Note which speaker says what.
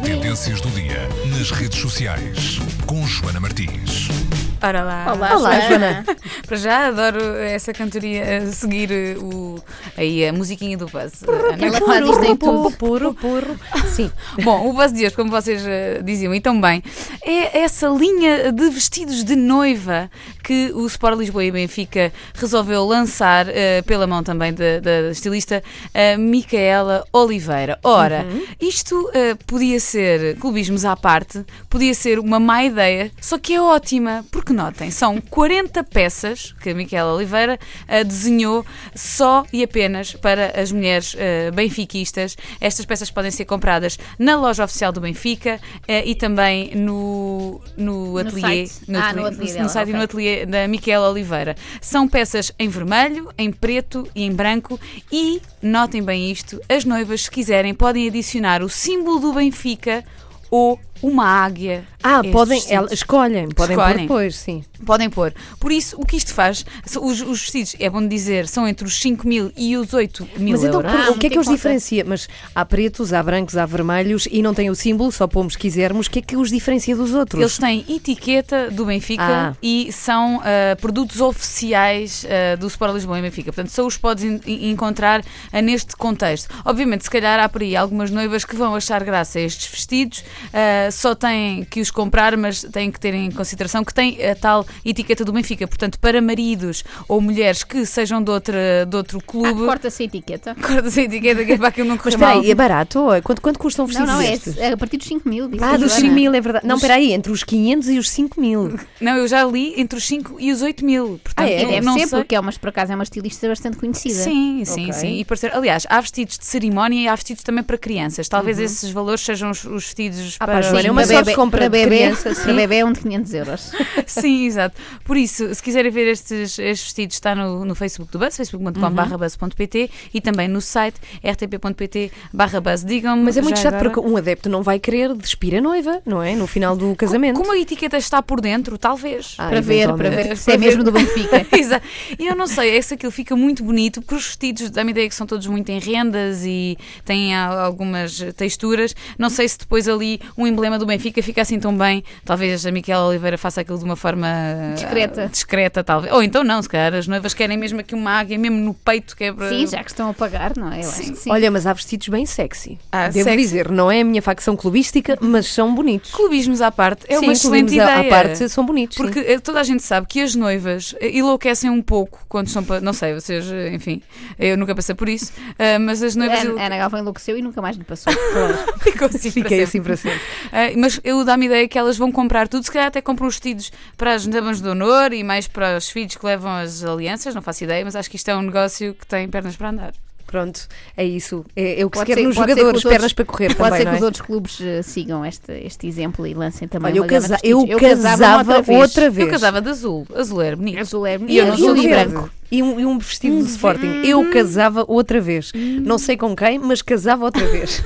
Speaker 1: tendências do dia nas redes sociais com Joana Martins.
Speaker 2: Ora lá.
Speaker 3: Olá, Joana.
Speaker 2: Para já adoro essa cantoria a seguir eh, o, aí a musiquinha do Buzz.
Speaker 3: Ela faz isto em tudo.
Speaker 2: Puro, puro. Sim. Bom, o Buzz de hoje, como vocês eh, diziam e tão bem, é essa linha de vestidos de noiva que o Sport Lisboa e Benfica resolveu lançar eh, pela mão também da, da estilista eh, Micaela Oliveira. Ora, isto eh, podia ser, clubismos à parte, podia ser uma má ideia, só que é ótima, porque notem, são 40 peças que a Micaela Oliveira eh, desenhou só e apenas para as mulheres eh, benfiquistas. Estas peças podem ser compradas na loja oficial do Benfica eh, e também no, no ateliê.
Speaker 3: site. Ah, no ateliê dela,
Speaker 2: site e no
Speaker 3: ok.
Speaker 2: ateliê da Micaela Oliveira. São peças em vermelho, em preto e em branco e, notem bem isto, as noivas, se quiserem, podem adicionar o símbolo do Benfica ou uma águia. a
Speaker 4: Ah,
Speaker 2: estes
Speaker 4: podem,
Speaker 2: vestidos.
Speaker 4: elas escolhem, podem pôr
Speaker 2: É Escolhem.
Speaker 4: depois, sim.
Speaker 2: Podem pôr. Por isso, o que isto faz, são- os, os vestidos, é bom dizer, são entre os 5 mil e os 8 mil
Speaker 4: Mas então,
Speaker 2: euros.
Speaker 4: por-
Speaker 3: Ah,
Speaker 4: o que é que
Speaker 3: muito
Speaker 4: os
Speaker 3: em conta.
Speaker 4: diferencia? Mas há pretos, há brancos, há vermelhos e não tem o símbolo, só pomos se quisermos. O que é que os diferencia dos outros?
Speaker 2: Eles têm etiqueta do Benfica
Speaker 4: Ah.
Speaker 2: e são ah, produtos oficiais ah, do Sport Lisboa e Benfica. Portanto, só os podes en- en- encontrar ah, neste contexto. Obviamente, se calhar há por aí algumas noivas que vão achar graça a estes vestidos, ah, só têm que os comprar, mas têm que ter em consideração que tem a tal etiqueta do Benfica. Portanto, para maridos ou mulheres que sejam de, outra, de outro
Speaker 3: Ah,
Speaker 2: clube.
Speaker 3: Corta-se a etiqueta.
Speaker 2: Corta-se a etiqueta que é para que eu não
Speaker 4: Mas
Speaker 2: corra
Speaker 4: espera
Speaker 2: mal.
Speaker 4: aí, é barato? Ou é- Quanto, quanto custa
Speaker 3: Não,
Speaker 4: um vestido
Speaker 3: não, é,
Speaker 4: destes?
Speaker 3: é a partir dos 5 mil. disse
Speaker 4: Ah,
Speaker 3: a
Speaker 4: dos
Speaker 3: Joana.
Speaker 4: 5 mil, é verdade. Não, espera aí, entre os 500 e os 5 mil.
Speaker 2: Não, eu já li entre os 5 e os 8 mil. Portanto,
Speaker 4: Ah, é?
Speaker 3: E
Speaker 2: não-
Speaker 3: deve
Speaker 2: não
Speaker 3: ser,
Speaker 2: sei.
Speaker 3: porque é uma, por acaso é uma estilista bastante conhecida.
Speaker 2: Sim, sim,
Speaker 4: Ok.
Speaker 2: sim. E parecer, aliás, há vestidos de cerimónia e há vestidos também para crianças. Talvez esses valores sejam os, os vestidos
Speaker 4: Uhum. Ah, pá,
Speaker 2: para.
Speaker 4: Joana,
Speaker 3: Sim,
Speaker 4: é uma
Speaker 3: para
Speaker 4: sorte
Speaker 3: bebê-
Speaker 4: compra
Speaker 3: para
Speaker 4: de
Speaker 3: bebê,
Speaker 4: criança,
Speaker 3: Para bebê é um de 500 euros.
Speaker 2: Sim, exato. Por isso, se quiserem ver estes, estes vestidos, está no, no Facebook do Buzz,
Speaker 4: Uhum.
Speaker 2: facebook.com.br e também no site rtp.pt/buzz. Digam-me.
Speaker 4: Mas é muito
Speaker 2: já
Speaker 4: chato
Speaker 2: agora,
Speaker 4: porque um adepto não vai querer despir a noiva, não é? No final do casamento.
Speaker 2: Como a etiqueta está por dentro, talvez.
Speaker 4: Ah,
Speaker 3: para ver, para
Speaker 4: eventualmente.
Speaker 3: ver se
Speaker 2: Para
Speaker 3: é
Speaker 2: ver.
Speaker 3: mesmo do Benfica.
Speaker 2: Exato. E eu não sei, é se aquilo fica muito bonito, porque os vestidos dá-me a ideia que são todos muito em rendas e têm a- algumas texturas. Não sei se depois ali um emblema do Benfica fica assim tão bem. Talvez a Miquela Oliveira faça aquilo de uma forma ah,
Speaker 3: Discreta.
Speaker 2: discreta, talvez. Ou então não, se calhar as noivas querem mesmo aqui uma águia, mesmo no peito, que é para.
Speaker 3: Sim, já que estão a pagar, não é? Eu acho que sim.
Speaker 4: Olha, mas há vestidos bem sexy.
Speaker 2: Ah,
Speaker 4: Devo
Speaker 2: sexy.
Speaker 4: dizer, não é a minha facção clubística, mas são bonitos.
Speaker 2: Clubismos à parte, é
Speaker 4: Sim,
Speaker 2: uma excelente
Speaker 4: clubismos à-
Speaker 2: ideia.
Speaker 4: À parte, são bonitos. sim.
Speaker 2: Porque eh, toda a gente sabe que as noivas eh, enlouquecem um pouco quando estão para. Não sei, vocês, eh, enfim, eu nunca passei por isso, eh, mas as
Speaker 4: É,
Speaker 2: noivas.
Speaker 3: Ana,
Speaker 2: enlou-
Speaker 3: Ana Galvão enlouqueceu e nunca mais lhe passou.
Speaker 2: Ficou assim para sempre.
Speaker 4: Fiquei assim para sempre.
Speaker 2: Ah, mas eu dá-me a ideia que elas vão comprar tudo, se calhar até compram os vestidos para as damas de honor e mais para os filhos que levam as alianças, não faço ideia, mas acho que isto é um negócio que tem pernas para andar.
Speaker 4: Pronto, é isso. É, é o que
Speaker 3: Pode
Speaker 4: se quer
Speaker 3: ser-
Speaker 4: nos
Speaker 3: pode ser que
Speaker 4: jogadores,
Speaker 3: os outros-
Speaker 4: pernas para correr
Speaker 3: Pode
Speaker 4: também,
Speaker 3: ser
Speaker 4: não
Speaker 3: que os
Speaker 4: é?
Speaker 3: outros clubes eh, sigam este, este exemplo e lancem também
Speaker 4: Olha, eu,
Speaker 3: uma gama de
Speaker 4: casa- eu,
Speaker 3: vestidos.
Speaker 4: casava outra vez.
Speaker 2: Eu casava de azul, azul era bonito.
Speaker 3: Azul é bonito.
Speaker 2: E eu não
Speaker 3: azul
Speaker 2: sou
Speaker 3: e
Speaker 2: de
Speaker 4: verde.
Speaker 3: branco.
Speaker 4: E um, e um vestido de Sporting. Eu casava outra vez. Não sei com quem, mas casava outra vez.